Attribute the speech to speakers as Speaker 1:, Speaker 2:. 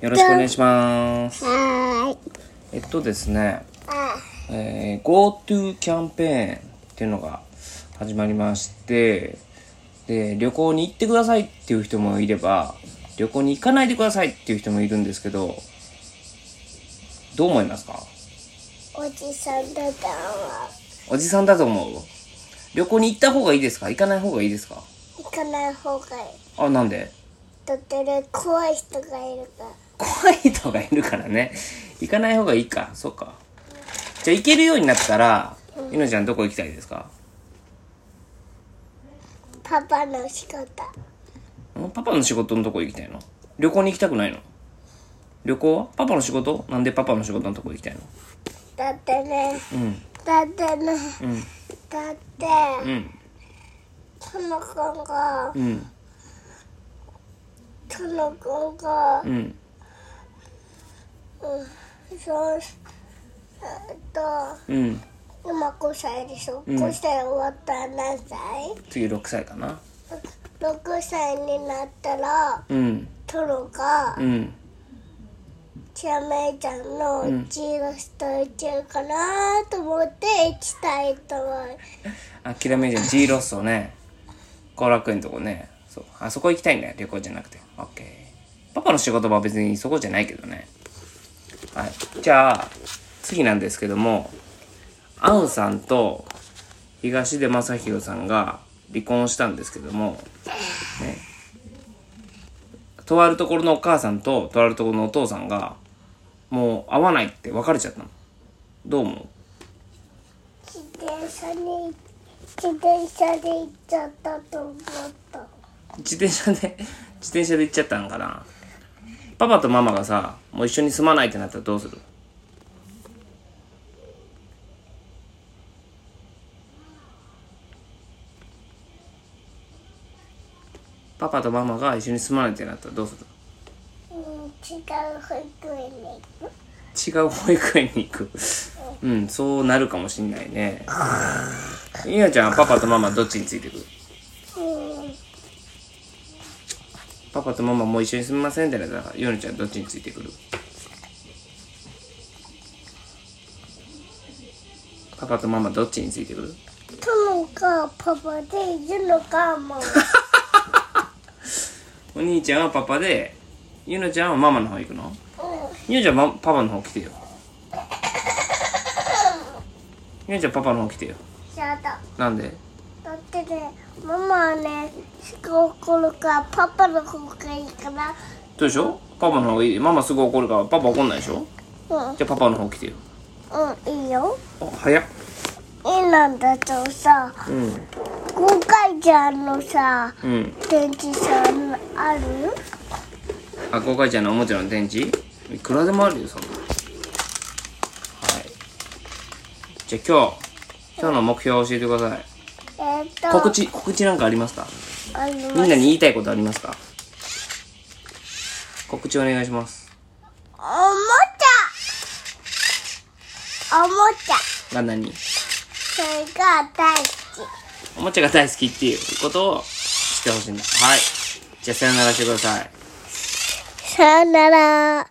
Speaker 1: よろしくお願いします。
Speaker 2: はーい。
Speaker 1: えっとですね、
Speaker 2: あ
Speaker 1: えー GoTo キャンペーンっていうのが始まりまして、で、旅行に行ってくださいっていう人もいれば、旅行に行かないでくださいっていう人もいるんですけど、どう思いますか
Speaker 2: おじさんだったは
Speaker 1: おじさんだと思う旅行に行った方がいいですか行かない方がいいですか
Speaker 2: 行かない方がいい。
Speaker 1: あ、なんで
Speaker 2: だってね、怖い人がいるから。
Speaker 1: 怖い人がいるからね行かない方がいいかそうかじゃあ行けるようになったらゆのちゃんどこ行きたいですか
Speaker 2: パパの仕事。
Speaker 1: んパパの仕事のとこ行きたいの旅行に行きたくないの旅行はパパの仕事なんでパパの仕事のとこ行きたいの
Speaker 2: だってね、
Speaker 1: うん
Speaker 2: だってね、
Speaker 1: うん
Speaker 2: だっ
Speaker 1: う
Speaker 2: て、
Speaker 1: ん
Speaker 2: トノコンが、
Speaker 1: うん
Speaker 2: トノコンが、う
Speaker 1: うん
Speaker 2: ん、そう、えっと、
Speaker 1: うん
Speaker 2: 今5歳でしょ、5歳終わったら何歳
Speaker 1: 次6歳かな
Speaker 2: ?6 歳になったら、
Speaker 1: うん
Speaker 2: トノが、
Speaker 1: うん
Speaker 2: ちゃめいちゃんの家が下行ってるかなと思って行きたいと思う。
Speaker 1: あきらめいちゃん G ロスをね後楽園のとこねそうあそこ行きたいんだよ旅行じゃなくて OK パパの仕事場は別にそこじゃないけどねはいじゃあ次なんですけどもアンさんと東出昌大さんが離婚したんですけども、ね、とあるところのお母さんととあるところのお父さんがもう会わないって別れちゃったのどう思う
Speaker 2: 自転車に、自転車で行っちゃったと思った。
Speaker 1: 自転車で 自転車で行っちゃったのかなパパとママがさもう一緒に住まないってなったらどうするパパとママが一緒に住まないってなったらどうする
Speaker 2: うん、違う保育園に行く。
Speaker 1: 違う保育園に行くうんそうなるかもしんないねいやちゃんはパパとママどっちについてくる
Speaker 2: うん、
Speaker 1: パパとママもう一緒に住みませんってなったらヨネちゃんどっちについてくるパパとママどっちについてくる
Speaker 2: トモかパパでいるのかも。
Speaker 1: お兄ちゃんはパパでゆのちゃんはママの方行くの
Speaker 2: う
Speaker 1: ゆのちゃんはパパの方来てよゆのちゃんパパの方来てよ
Speaker 2: ん、やだ。
Speaker 1: なんで
Speaker 2: だってね、ママはね、高校のからパパの方がいいかな。
Speaker 1: どうでしょパパの方がいいママすぐ怒るからパパ怒んないでしょ
Speaker 2: うん、
Speaker 1: じゃあパパの方来てよ
Speaker 2: うん、いいよ。
Speaker 1: あ早っ
Speaker 2: 絵なんだとさ、
Speaker 1: うん
Speaker 2: 今回ちゃんのさ、
Speaker 1: うん
Speaker 2: 電池さんある
Speaker 1: あ、こうかいちゃんのおもちゃの電池いくらでもあるよ、そんな。はい。じゃあ今日、今日の目標を教えてください。
Speaker 2: えっ、と、
Speaker 1: 告知、告知なんかありますか
Speaker 2: あり
Speaker 1: み
Speaker 2: ま
Speaker 1: ん
Speaker 2: す。
Speaker 1: なに言いたいことありますか告知お願いします。
Speaker 2: おもちゃおもちゃ
Speaker 1: が何
Speaker 2: それが大好
Speaker 1: おもちゃが大好きっていうことを知ってほしいんだ。はい。じゃあさよならしてください。
Speaker 2: き。さよなら。